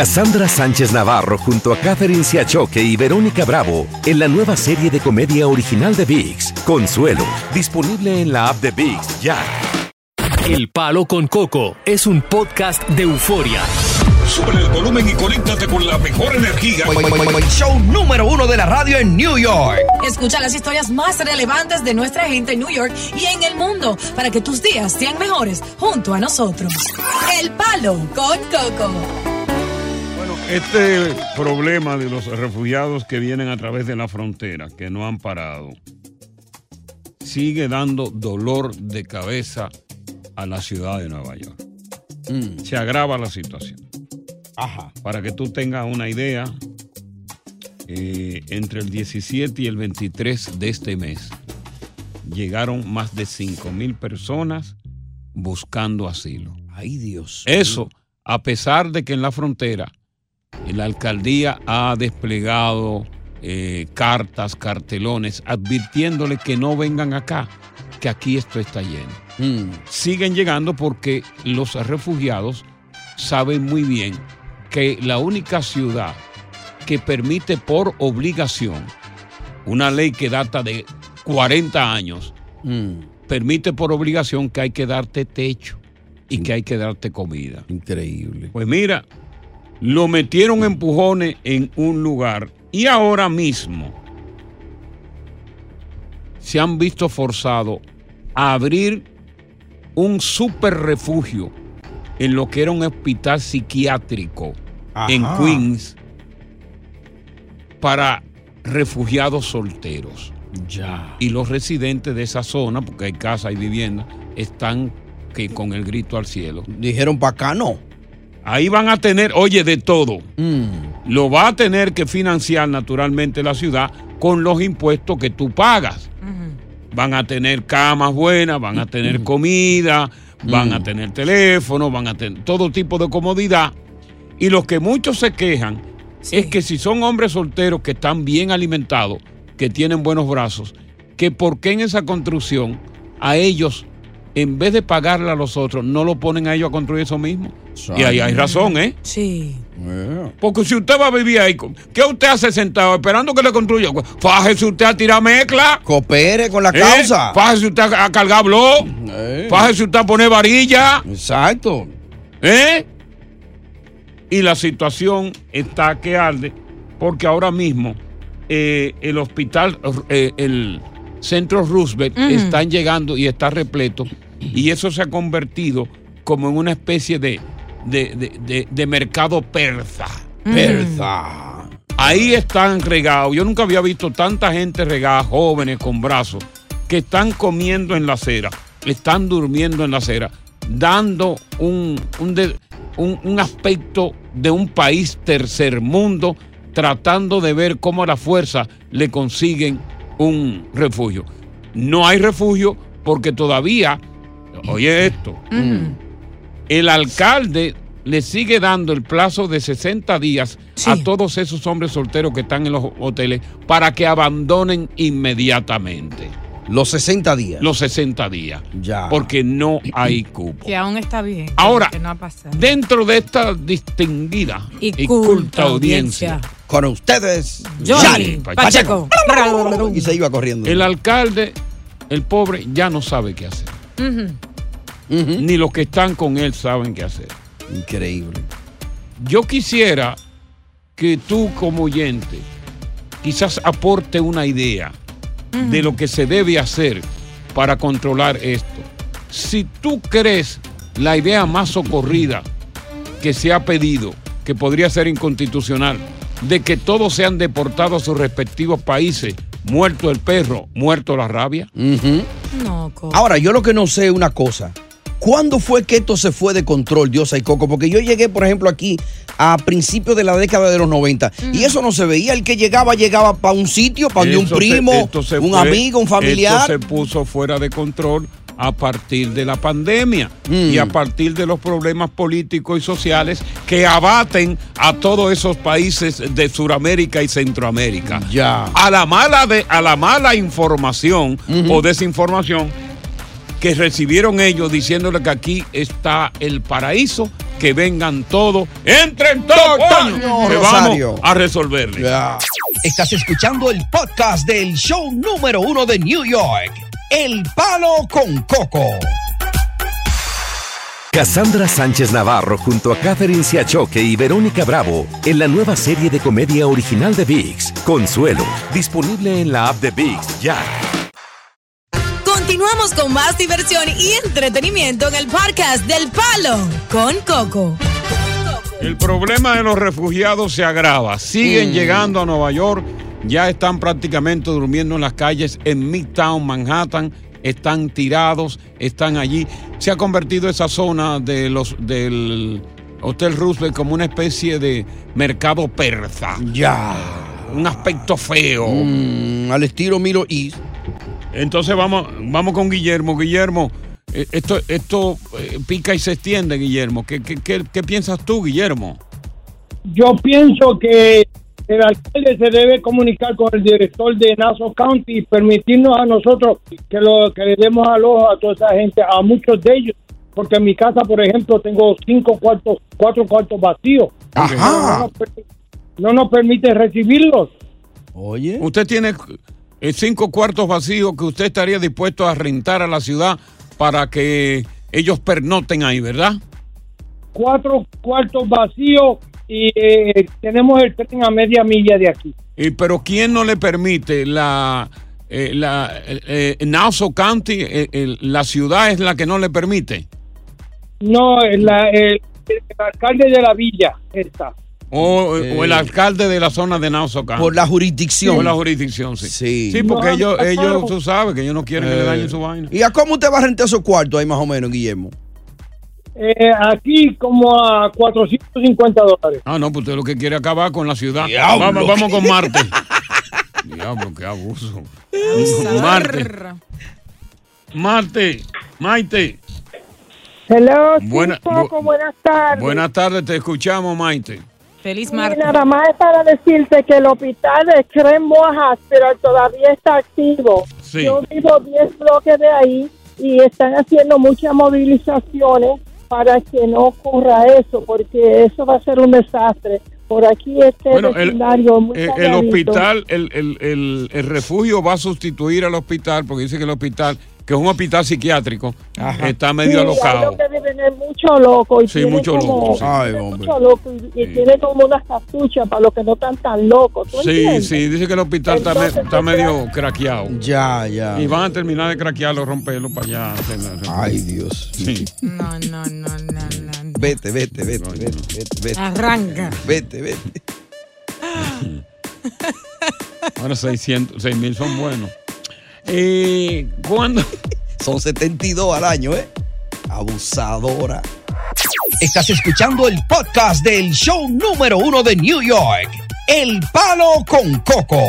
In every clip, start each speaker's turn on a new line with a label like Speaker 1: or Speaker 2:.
Speaker 1: Cassandra Sánchez Navarro junto a Catherine Siachoque y Verónica Bravo en la nueva serie de comedia original de VIX, Consuelo, disponible en la app de VIX ya.
Speaker 2: El Palo con Coco es un podcast de euforia.
Speaker 3: Sube el volumen y conéctate con la mejor energía.
Speaker 4: Show número uno de la radio en New York.
Speaker 5: Escucha las historias más relevantes de nuestra gente en New York y en el mundo para que tus días sean mejores junto a nosotros. El Palo con Coco.
Speaker 6: Este problema de los refugiados que vienen a través de la frontera, que no han parado, sigue dando dolor de cabeza a la ciudad de Nueva York. Se agrava la situación.
Speaker 7: Ajá.
Speaker 6: Para que tú tengas una idea, eh, entre el 17 y el 23 de este mes llegaron más de 5 mil personas buscando asilo.
Speaker 7: Ay, Dios.
Speaker 6: Eso, a pesar de que en la frontera eh, la alcaldía ha desplegado eh, cartas, cartelones, advirtiéndole que no vengan acá, que aquí esto está lleno.
Speaker 7: Mm.
Speaker 6: Siguen llegando porque los refugiados saben muy bien que la única ciudad que permite por obligación una ley que data de 40 años,
Speaker 7: Mm.
Speaker 6: permite por obligación que hay que darte techo y que hay que darte comida.
Speaker 7: Increíble.
Speaker 6: Pues mira, lo metieron empujones en un lugar y ahora mismo se han visto forzados a abrir un superrefugio en lo que era un hospital psiquiátrico en
Speaker 7: Ajá.
Speaker 6: Queens para refugiados solteros
Speaker 7: Ya.
Speaker 6: y los residentes de esa zona, porque hay casas y viviendas, están que con el grito al cielo.
Speaker 7: Dijeron para acá no.
Speaker 6: Ahí van a tener, oye, de todo.
Speaker 7: Mm.
Speaker 6: Lo va a tener que financiar naturalmente la ciudad con los impuestos que tú pagas. Van a tener camas buenas, van a tener comida, van a tener teléfono, van a tener todo tipo de comodidad. Y los que muchos se quejan es
Speaker 5: Sí.
Speaker 6: que si son hombres solteros que están bien alimentados, que tienen buenos brazos, que por qué en esa construcción a ellos, en vez de pagarle a los otros, no lo ponen a ellos a construir eso mismo. Y ahí hay razón, ¿eh?
Speaker 5: Sí.
Speaker 7: Eh.
Speaker 6: Porque si usted va a vivir ahí, ¿qué usted hace sentado esperando que le construyan? Fájese usted a tirar mezcla.
Speaker 7: Coopere con la
Speaker 6: ¿eh?
Speaker 7: causa.
Speaker 6: Fájese usted a cargar blog.
Speaker 7: Eh.
Speaker 6: Fájese usted a poner varilla.
Speaker 7: Exacto.
Speaker 6: ¿eh? Y la situación está que arde porque ahora mismo eh, el hospital, eh, el centro Roosevelt, están llegando y está repleto. Y eso se ha convertido como en una especie de, de- de- de- de mercado persa.
Speaker 7: Perza.
Speaker 6: Ahí están regados. Yo nunca había visto tanta gente regada, jóvenes con brazos, que están comiendo en la acera, están durmiendo en la acera, dando un, un de- un- un aspecto de un país tercer mundo, tratando de ver cómo a la fuerza le consiguen un refugio. No hay refugio porque todavía, oye esto, el alcalde le sigue dando el plazo de 60 días
Speaker 5: Sí.
Speaker 6: a todos esos hombres solteros que están en los hoteles para que abandonen inmediatamente
Speaker 7: Los 60 días.
Speaker 6: los 60 días,
Speaker 7: Ya.
Speaker 6: porque no hay cupo.
Speaker 8: Que aún está bien. que
Speaker 6: Ahora,
Speaker 8: no ha pasado.
Speaker 6: Dentro de esta distinguida y,
Speaker 5: Y,
Speaker 6: culta, audiencia,
Speaker 7: Con ustedes.
Speaker 5: Johnny
Speaker 6: Johnny
Speaker 5: Pacheco.
Speaker 7: Y se iba corriendo.
Speaker 6: el alcalde, el pobre, ya no sabe qué hacer.
Speaker 7: Ujú.
Speaker 6: Ni los que están con él saben qué hacer.
Speaker 7: Increíble.
Speaker 6: Yo quisiera que tú como oyente quizás aporte una idea de lo que se debe hacer para controlar esto. Si tú crees la idea más socorrida que se ha pedido, que podría ser inconstitucional, de que todos sean deportados a sus respectivos países, muerto el perro, muerto la rabia,
Speaker 7: Ujú.
Speaker 5: No, Coco.
Speaker 7: Ahora, yo lo que no sé es una cosa. ¿Cuándo fue que esto se fue de control, Diosa y Coco? Porque yo llegué, por ejemplo, aquí a principios de la década de los 90 y eso no se veía. El que llegaba, llegaba para un sitio, para donde un
Speaker 6: Esto se-
Speaker 7: primo,
Speaker 6: esto se
Speaker 7: un
Speaker 6: fue-
Speaker 7: amigo, un familiar.
Speaker 6: Esto se puso fuera de control a partir de la pandemia y
Speaker 7: Mm.
Speaker 6: a partir de los problemas políticos y sociales que abaten a todos esos países de Sudamérica y Centroamérica.
Speaker 7: Ya.
Speaker 6: A la mala de a la mala información o desinformación que recibieron ellos diciéndole que aquí está el paraíso, que vengan todos, entren todos, coño,
Speaker 7: Toño
Speaker 6: que
Speaker 7: Rosario.
Speaker 6: vamos a resolverle.
Speaker 7: Ya.
Speaker 4: Estás escuchando el podcast del show número uno de New York, El Palo con Coco.
Speaker 1: Cassandra Sánchez Navarro junto a Catherine Siachoque y Verónica Bravo en la nueva serie de comedia original de VIX, Consuelo, disponible en la app de VIX ya.
Speaker 5: Continuamos con más diversión y entretenimiento en el podcast del Palo con Coco.
Speaker 6: El problema de los refugiados se agrava.
Speaker 7: Mm.
Speaker 6: Siguen llegando a Nueva York. Ya están prácticamente durmiendo en las calles en Midtown, Manhattan. Están tirados, están allí. Se ha convertido esa zona de los, del Hotel Roosevelt como una especie de mercado persa.
Speaker 7: Ya.
Speaker 6: Un aspecto feo.
Speaker 7: Mm, al estilo Miro y
Speaker 6: Entonces vamos, vamos con Guillermo. Guillermo, eh, esto, esto eh, pica y se extiende, Guillermo. ¿Qué, qué- qué- qué piensas tú, Guillermo?
Speaker 8: Yo pienso que el alcalde se debe comunicar con el director de Nassau County y permitirnos a nosotros que, lo, que le demos alojo a toda esa gente, a muchos de ellos. Porque en mi casa, por ejemplo, tengo cinco cuartos, cuatro cuartos vacíos.
Speaker 7: Ajá.
Speaker 8: No nos per- No nos permite recibirlos.
Speaker 7: Oye.
Speaker 6: Usted tiene eh, cinco cuartos vacíos que usted estaría dispuesto a rentar a la ciudad para que ellos pernoten ahí, ¿verdad?
Speaker 8: Cuatro cuartos vacíos y eh, tenemos el tren a media milla de aquí.
Speaker 6: Y, pero ¿quién no le permite? La, eh, la eh, eh, Nassau County, eh, el- la ciudad es la que no le permite.
Speaker 8: No, el, la- el- el alcalde de la villa está.
Speaker 6: O, eh, o el
Speaker 7: Eh.
Speaker 6: alcalde de la zona de Nassau County.
Speaker 7: por la jurisdicción.
Speaker 6: Por la jurisdicción, sí.
Speaker 7: Sí. Eh,
Speaker 6: porque
Speaker 8: No,
Speaker 6: ellos,
Speaker 8: no,
Speaker 6: ellos,
Speaker 8: no.
Speaker 6: tú sabes que ellos no quieren que le dañen su vaina.
Speaker 7: ¿Y a cómo usted va a rentar esos cuartos ahí más o menos, Guillermo?
Speaker 8: Eh, aquí como a 450 dólares.
Speaker 6: Ah, no, pues usted lo que quiere es acabar con la ciudad.
Speaker 7: Diablo.
Speaker 6: Vamos, vamos con Marte. Diablo, qué abuso. Marte, Marte, Maite.
Speaker 9: Hello,
Speaker 6: Buena-
Speaker 9: sí, Coco,
Speaker 6: bu-
Speaker 9: buenas tardes.
Speaker 6: Buenas tardes, te escuchamos, Maite.
Speaker 5: Feliz
Speaker 9: Sí, Nada más es para decirte que el hospital de Cremboa Hospital todavía está activo.
Speaker 6: Sí.
Speaker 9: Yo vivo 10 bloques de ahí y están haciendo muchas movilizaciones para que no ocurra eso, porque eso va a ser un desastre. Por aquí este
Speaker 6: Bueno, el, eh,
Speaker 9: vecindario es muy
Speaker 6: el- el
Speaker 9: calladito.
Speaker 6: hospital, el, el- el- el refugio va a sustituir al hospital, porque dice que el hospital, que es un hospital psiquiátrico, está
Speaker 9: Sí,
Speaker 6: medio
Speaker 9: hay
Speaker 6: alocado.
Speaker 9: los que viven es mucho loco y
Speaker 6: Sí,
Speaker 9: tiene
Speaker 6: mucho
Speaker 9: como,
Speaker 6: loco, sí.
Speaker 7: Ay,
Speaker 9: tiene
Speaker 7: hombre.
Speaker 9: mucho loco y, y
Speaker 6: Sí.
Speaker 9: tiene como unas cartuchas para los que no están tan locos. ¿tú
Speaker 6: Sí,
Speaker 9: entiendes?
Speaker 6: sí, dice que el hospital está, me-
Speaker 9: Entonces, pues,
Speaker 6: está medio craqueado.
Speaker 7: Ya, ya.
Speaker 6: Y van a terminar de craquearlo, romperlo para allá. hacerlo.
Speaker 7: Ay, Dios.
Speaker 6: Sí.
Speaker 5: No, no, no, no, no.
Speaker 7: Vete, vete, vete, vete, vete, vete,
Speaker 5: Arranca.
Speaker 7: vete, vete.
Speaker 6: Ahora 600, 6 mil son buenos. Eh, ¿Cuándo?
Speaker 7: Son 72 al año, ¿eh? Abusadora.
Speaker 4: Estás escuchando el podcast del show número uno de New York, El Palo con Coco.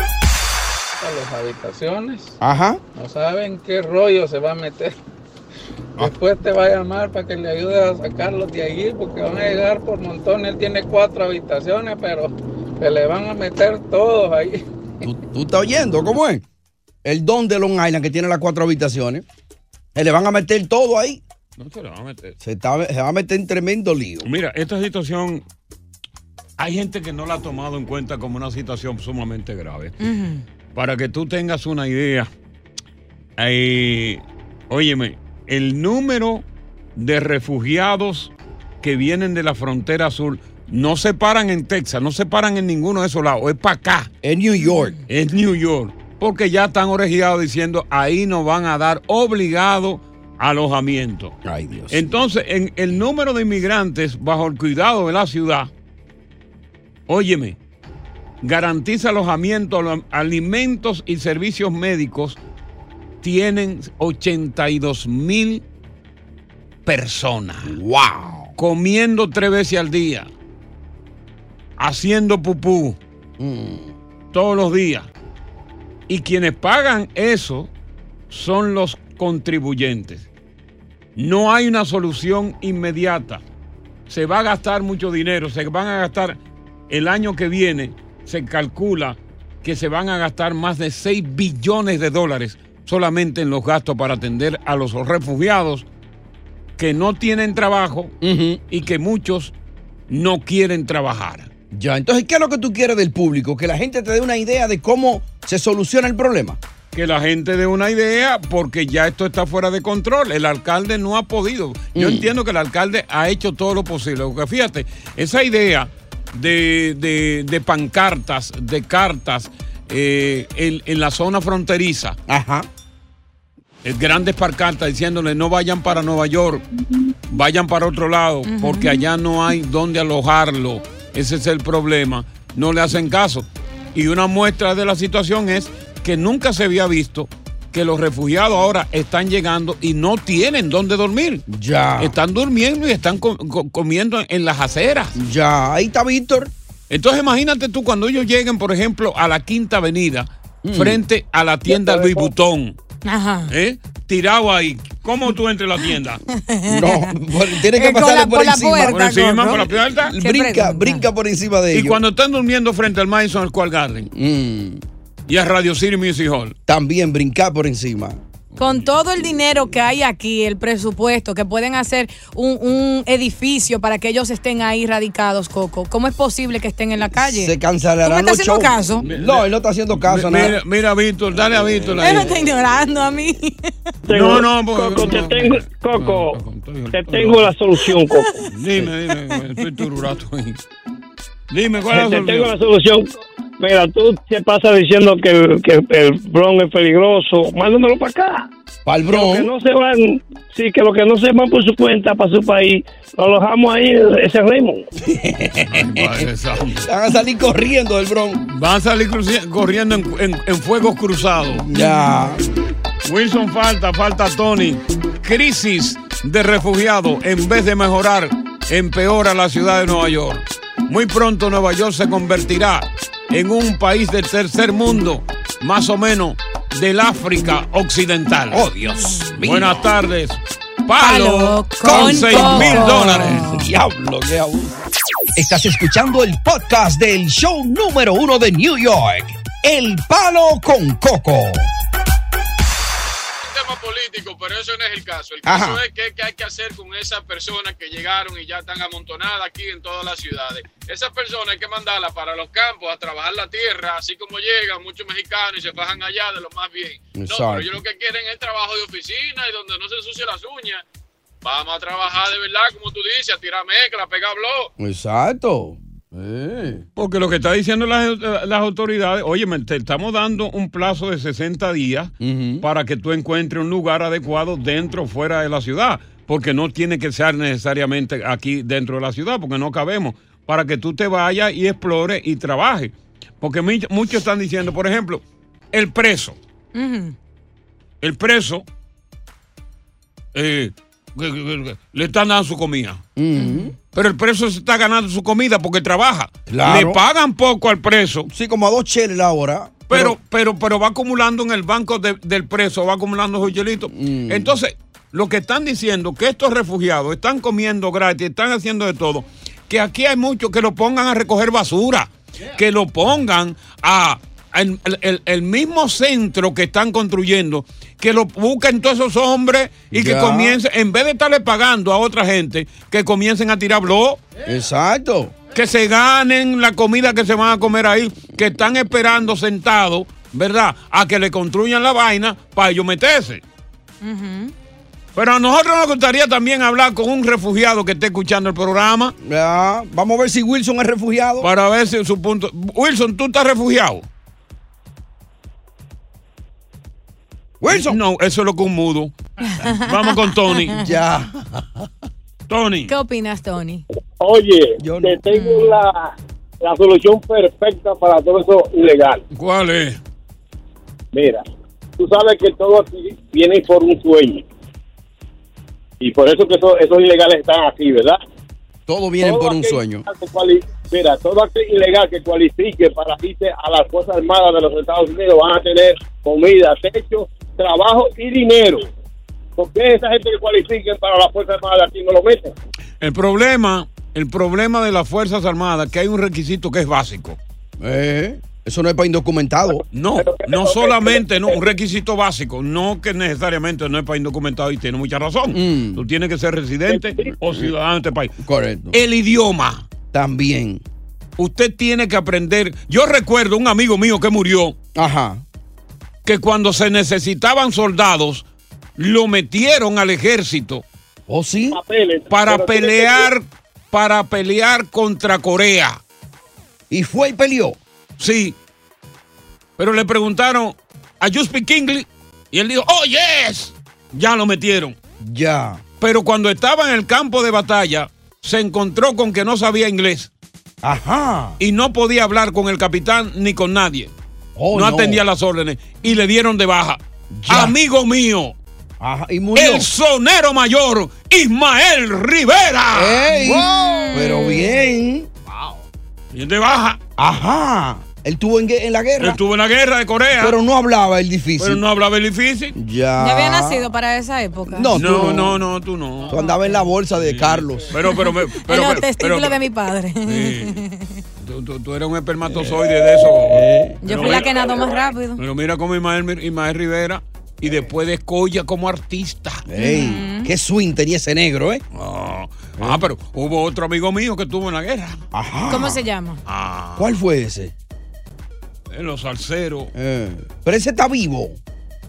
Speaker 10: a las habitaciones.
Speaker 7: Ajá.
Speaker 10: No saben qué rollo se va a meter.
Speaker 6: Ah.
Speaker 10: Después te va a llamar para que le ayudes a sacarlos de allí porque van a llegar por montón. Él tiene cuatro habitaciones, pero se le van a meter todos ahí.
Speaker 7: ¿Tú, tú estás oyendo? ¿Cómo es? El don de Long Island que tiene las cuatro habitaciones. Eh, Le van a meter todo ahí.
Speaker 6: No se lo van a meter.
Speaker 7: Se, está- se va a meter en tremendo lío.
Speaker 6: Mira, esta situación, hay gente que no la ha tomado en cuenta como una situación sumamente grave. Para que tú tengas una idea, eh, óyeme, el número de refugiados que vienen de la frontera sur no se paran en Texas, no se paran en ninguno de esos lados, es para acá.
Speaker 7: En New York.
Speaker 6: es New York, porque ya están orejeados diciendo ahí nos van a dar obligado alojamiento.
Speaker 7: Ay, Dios.
Speaker 6: Entonces, en el número de inmigrantes bajo el cuidado de la ciudad, óyeme, garantiza alojamiento, al- alimentos y servicios médicos, tienen 82 mil personas
Speaker 7: ¡Wow!
Speaker 6: comiendo tres veces al día, haciendo pupú todos los días. Y quienes pagan eso son los contribuyentes. No hay una solución inmediata. Se va a gastar mucho dinero, se van a gastar el año que viene, se calcula que se van a gastar más de 6 billones de dólares solamente en los gastos para atender a los refugiados que no tienen trabajo y que muchos no quieren trabajar.
Speaker 7: Ya, entonces, ¿qué es lo que tú quieres del público? Que la gente te dé una idea de cómo se soluciona el problema.
Speaker 6: Que la gente dé una idea porque ya esto está fuera de control. El alcalde no ha podido. Yo entiendo que el alcalde ha hecho todo lo posible. Porque fíjate, esa idea de, de- de pancartas, de cartas eh, en, en la zona fronteriza.
Speaker 7: Ajá.
Speaker 6: Grandes pancartas diciéndole no vayan para Nueva York, vayan para otro lado,
Speaker 11: Ujú.
Speaker 6: porque allá no hay dónde alojarlo. Ese es el problema. No le hacen caso. Y una muestra de la situación es que nunca se había visto que los refugiados ahora están llegando y no tienen dónde dormir.
Speaker 7: Ya.
Speaker 6: Están durmiendo y están co- co- comiendo en las aceras.
Speaker 7: Ya, ahí está Víctor.
Speaker 6: Entonces imagínate tú cuando ellos lleguen, por ejemplo, a la Quinta Avenida, frente a la tienda Louis Vuitton,
Speaker 5: Ajá.
Speaker 6: ¿eh? tirado ahí. ¿Cómo tú entras a la tienda?
Speaker 7: Tienes que
Speaker 6: Eh, con
Speaker 7: pasarle
Speaker 6: la-
Speaker 7: por,
Speaker 6: por la
Speaker 7: encima.
Speaker 6: puerta, Por encima, ¿no? por la puerta. Qué
Speaker 7: Brinca,
Speaker 6: pregunta.
Speaker 7: brinca por encima de
Speaker 6: Y
Speaker 7: ellos. Mm.
Speaker 6: cuando están durmiendo frente al Madison Square Garden y a Radio City Music Hall.
Speaker 7: También brincar por encima.
Speaker 5: Con todo el dinero que hay aquí, el presupuesto, que pueden hacer un, un edificio para que ellos estén ahí radicados, Coco, ¿cómo es posible que estén en la calle? ¿Tú
Speaker 7: Se
Speaker 5: me
Speaker 7: cancelarán
Speaker 5: estás
Speaker 7: los
Speaker 5: haciendo
Speaker 7: shows.
Speaker 5: caso?
Speaker 7: No, él no está haciendo caso. nada.
Speaker 6: Mira, mira, Víctor, dale a Víctor.
Speaker 5: Él me
Speaker 6: ahí.
Speaker 5: está ignorando a mí.
Speaker 6: No, no, Ah, porque-
Speaker 5: Coco, te
Speaker 6: tengo,
Speaker 12: Coco, te tengo la solución, Coco.
Speaker 6: Dime, dime, estoy tururato. ahí. Dime, ¿cuál es
Speaker 12: Te
Speaker 6: la
Speaker 12: tengo la
Speaker 6: solución?
Speaker 12: solución. Mira, tú te pasas diciendo que el, que el Bron es peligroso. Mándamelo para acá.
Speaker 7: Para el Bron.
Speaker 12: Que los que no se van, sí, que los que no se van por su cuenta, para su país, lo alojamos ahí, ese Raymond.
Speaker 7: Van a salir corriendo del Bron.
Speaker 6: Van a salir cruci- corriendo en, en- en fuegos cruzados.
Speaker 7: Ya.
Speaker 6: Wilson falta, falta Tony. Crisis de refugiados. En vez de mejorar, empeora la ciudad de Nueva York. Muy pronto Nueva York se convertirá en un país del tercer mundo, más o menos del África Occidental.
Speaker 4: Oh, Dios mío.
Speaker 6: Buenas tardes. Palo,
Speaker 4: Palo
Speaker 6: con
Speaker 4: con
Speaker 6: 6 mil
Speaker 4: coco.
Speaker 6: dólares.
Speaker 7: Diablo, qué abuso.
Speaker 4: Estás escuchando el podcast del show número uno de New York, El Palo con Coco.
Speaker 13: tema político, pero eso no es el caso. El caso
Speaker 4: Ajá.
Speaker 13: es que, que hay que hacer con esas personas que llegaron y ya están amontonadas aquí en todas las ciudades. Esas personas hay que mandarlas para los campos a trabajar la tierra, así como llegan muchos mexicanos y se bajan allá de lo más bien. No,
Speaker 14: Exacto.
Speaker 13: pero ellos lo que quieren es trabajo de oficina y donde no se ensucie las uñas. Vamos a trabajar de verdad, como tú dices, a tirar mezcla, a pegar blog.
Speaker 7: Exacto. Eh.
Speaker 6: Porque lo que está diciendo las, las autoridades, oye, men, te estamos dando un plazo de 60 días para que tú encuentres un lugar adecuado dentro o fuera de la ciudad, porque no tiene que ser necesariamente aquí dentro de la ciudad, porque no cabemos, para que tú te vayas y explores y trabajes. Porque mi- muchos están diciendo, por ejemplo, el preso, el preso eh, le están dando su comida. Pero el preso se está ganando su comida porque trabaja.
Speaker 7: Claro.
Speaker 6: Le pagan poco al preso.
Speaker 7: Sí, como a dos cheles la hora.
Speaker 6: Pero, pero, pero va acumulando en el banco de- del preso, va acumulando su chelito. Entonces, lo que están diciendo que estos refugiados están comiendo gratis, están haciendo de todo, que aquí hay muchos que lo pongan a recoger basura, que lo pongan a, a el, el- el mismo centro que están construyendo, que lo busquen todos esos hombres y que
Speaker 7: Ya.
Speaker 6: comiencen, en vez de estarle pagando a otra gente, que comiencen a tirar blog.
Speaker 4: Eh.
Speaker 7: Exacto.
Speaker 6: Que se ganen la comida que se van a comer ahí, que están esperando sentados, ¿verdad? A que le construyan la vaina para ellos meterse. Pero a nosotros nos gustaría también hablar con un refugiado que esté escuchando el programa.
Speaker 7: Vamos a ver si Wilson es refugiado.
Speaker 6: Para ver si su punto. Wilson, tú estás refugiado. Wilson. No, eso es lo que un mudo. Vamos con Tony.
Speaker 7: Ya.
Speaker 6: Tony.
Speaker 5: ¿Qué opinas, Tony?
Speaker 12: Oye, te
Speaker 7: Mm.
Speaker 12: tengo la, la solución perfecta para todo eso ilegal.
Speaker 6: ¿Cuál es?
Speaker 12: Mira, tú sabes que todo aquí viene por un sueño. Y por eso que eso- esos ilegales están aquí, ¿verdad?
Speaker 7: Todo viene
Speaker 12: Todo
Speaker 7: por un
Speaker 12: aquel
Speaker 7: sueño.
Speaker 12: ilegal que cuali- Mira, todo aquel ilegal que cualifique para irse a las Fuerzas Armadas de los Estados Unidos van a tener comida, techo, trabajo y dinero. ¿Por qué esa gente que cualifique para las Fuerzas Armadas aquí no lo meten?
Speaker 6: El problema, el problema de las Fuerzas Armadas, que hay un requisito que es básico.
Speaker 7: Eh. Eso no es para indocumentados.
Speaker 6: No, no solamente no, un requisito básico, no que necesariamente no es para indocumentado y tiene mucha razón. Tú tienes que ser residente o ciudadano de este país.
Speaker 7: Correcto.
Speaker 4: Eh.
Speaker 6: El idioma.
Speaker 7: También.
Speaker 6: Usted tiene que aprender. Yo recuerdo un amigo mío que murió.
Speaker 7: Ajá.
Speaker 6: Que cuando se necesitaban soldados, lo metieron al ejército.
Speaker 7: ¿O ¿Oh, sí?
Speaker 6: Para
Speaker 7: Pero tiene que-
Speaker 6: pelear, para pelear contra Corea.
Speaker 7: ¿Y fue y peleó?
Speaker 6: Sí. Pero le preguntaron, ¿a you speak English? Y él dijo, ¡Oh, yes! Ya lo metieron.
Speaker 7: Ya.
Speaker 6: Pero cuando estaba en el campo de batalla, se encontró con que no sabía inglés.
Speaker 7: Ajá.
Speaker 6: Y no podía hablar con el capitán ni con nadie.
Speaker 7: Oh,
Speaker 6: no,
Speaker 7: no.
Speaker 6: atendía las órdenes. Y le dieron de baja. Amigo mío. El sonero mayor, Ismael Rivera.
Speaker 7: ¡Ey! Pero bien.
Speaker 6: Y de baja.
Speaker 7: Ajá. Él estuvo en, gue- en la guerra.
Speaker 6: Él estuvo en la guerra de Corea.
Speaker 7: Pero no hablaba el difícil.
Speaker 6: Pero no hablaba el difícil.
Speaker 7: Ya.
Speaker 5: Ya había nacido para esa época.
Speaker 7: Ah. No, tú
Speaker 6: No,
Speaker 7: no,
Speaker 6: no, no, tú no.
Speaker 7: Tú andabas en la bolsa de Carlos.
Speaker 6: Pero, pero, me-
Speaker 5: En
Speaker 6: pero,
Speaker 5: los
Speaker 6: pero,
Speaker 5: testículos
Speaker 6: pero-
Speaker 5: de mi padre.
Speaker 6: tú, tú- tú eres un espermatozoide de
Speaker 7: Eh.
Speaker 6: eso.
Speaker 5: Yo fui la que nadó más rápido.
Speaker 6: Pero mira cómo Ismael, Ismael Rivera y después descolla como artista.
Speaker 7: Ey, qué swing tenía ese negro, ¿eh?
Speaker 6: Ah, ah, pero hubo otro amigo mío que estuvo en la guerra.
Speaker 7: Ajá.
Speaker 5: ¿Cómo se llama?
Speaker 6: Ah,
Speaker 7: ¿Cuál fue ese?
Speaker 6: en los salseros,
Speaker 7: Eh, Pero ese está vivo.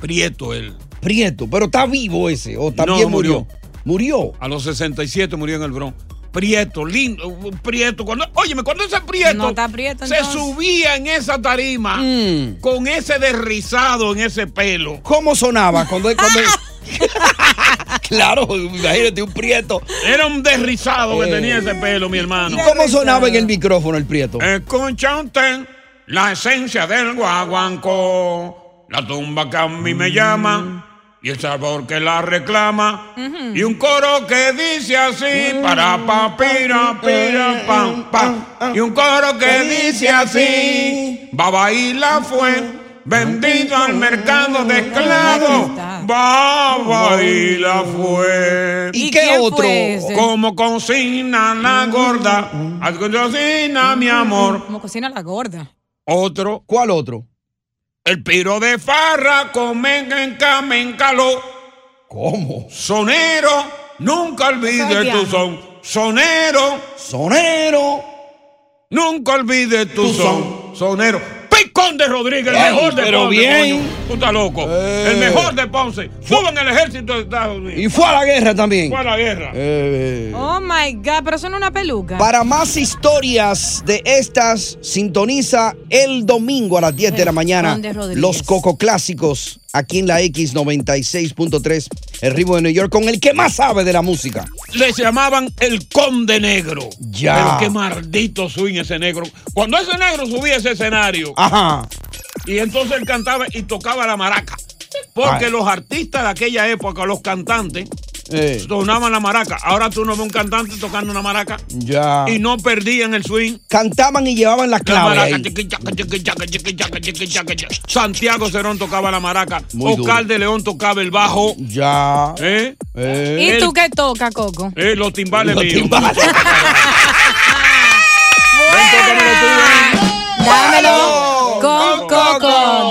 Speaker 6: Prieto él.
Speaker 7: Prieto, pero está vivo ese. O
Speaker 6: No,
Speaker 7: también murió.
Speaker 6: murió.
Speaker 7: Murió.
Speaker 6: A los 67 murió en el Bronx. Prieto, lindo, un Prieto. Cuando, óyeme, cuando ese Prieto
Speaker 5: No está Prieto,
Speaker 6: se
Speaker 5: entonces.
Speaker 6: subía en esa tarima
Speaker 7: Mm.
Speaker 6: con ese derrizado en ese pelo.
Speaker 7: ¿Cómo sonaba cuando, cuando- Claro, imagínate un Prieto.
Speaker 6: Era un derrizado que
Speaker 7: Eh.
Speaker 6: tenía ese pelo, mi
Speaker 7: ¿Y
Speaker 6: hermano.
Speaker 7: cómo sonaba en el micrófono el Prieto?
Speaker 6: Eh. Escucha usted la esencia del guaguancó, la tumba que a mí me llama y el sabor que la reclama. Y un coro que dice así, para pa, pira, pira, pam, pam. Y un coro mm, que dice así, Mm, baba y la fue, vendido al mercado de esclavos. Baba y la fue.
Speaker 7: ¿Y, qué
Speaker 5: quién
Speaker 7: otro?
Speaker 5: fue ese?
Speaker 6: Como cocina la gorda, haz que cocina mi amor.
Speaker 5: Como cocina la gorda.
Speaker 6: Otro,
Speaker 7: ¿Cuál otro?
Speaker 6: el piro de farra, comen en camencalo.
Speaker 7: ¿Cómo?
Speaker 6: Sonero, nunca olvides tu son. Sonero,
Speaker 7: Sonero.
Speaker 6: nunca olvides tu
Speaker 7: Tu
Speaker 6: son. Sonero. Picón de Rodríguez, el
Speaker 7: Ey,
Speaker 6: mejor de
Speaker 7: pero
Speaker 6: Ponce.
Speaker 7: bien. Eh.
Speaker 6: coño. Tú estás loco. El mejor de Ponce. Estuvo en el ejército de Estados Unidos.
Speaker 7: Y fue a la guerra también.
Speaker 6: Fue a la guerra.
Speaker 7: Eh,
Speaker 5: Oh my God, pero son una peluca.
Speaker 7: Para más historias de estas, sintoniza el domingo a las 10 de la mañana
Speaker 5: Juan de Rodríguez.
Speaker 7: los Coco Clásicos aquí en la X96.3, el ritmo de New York, con el que más sabe de la música.
Speaker 6: Les llamaban el conde negro.
Speaker 7: Ya.
Speaker 6: Pero qué maldito swing ese negro. Cuando ese negro subía a ese escenario
Speaker 7: Ajá.
Speaker 6: y entonces él cantaba y tocaba la maraca. Porque
Speaker 7: Ay.
Speaker 6: los artistas de aquella época, los cantantes,
Speaker 7: Eh,
Speaker 6: sonaban la maraca. Ahora tú no ves un cantante tocando una maraca
Speaker 7: ya.
Speaker 6: y no perdían el swing.
Speaker 7: Cantaban y llevaban la
Speaker 6: La
Speaker 7: clave.
Speaker 6: maraca,
Speaker 7: ahí.
Speaker 6: chiqui, chaca, chiqui, chaca, chiqui, chaca, chiqui, chaca, chaca. Santiago Cerón tocaba la maraca.
Speaker 7: Muy duro.
Speaker 6: Oscar de León tocaba el bajo.
Speaker 7: Ya.
Speaker 6: ¿Eh?
Speaker 7: eh.
Speaker 5: ¿Y
Speaker 6: el-
Speaker 5: tú qué toca, Coco?
Speaker 6: Eh, los timbales
Speaker 7: Los
Speaker 6: míos.
Speaker 7: timbales.
Speaker 6: Ven, tócamelo tú, ven.
Speaker 5: Dámelo con Coco.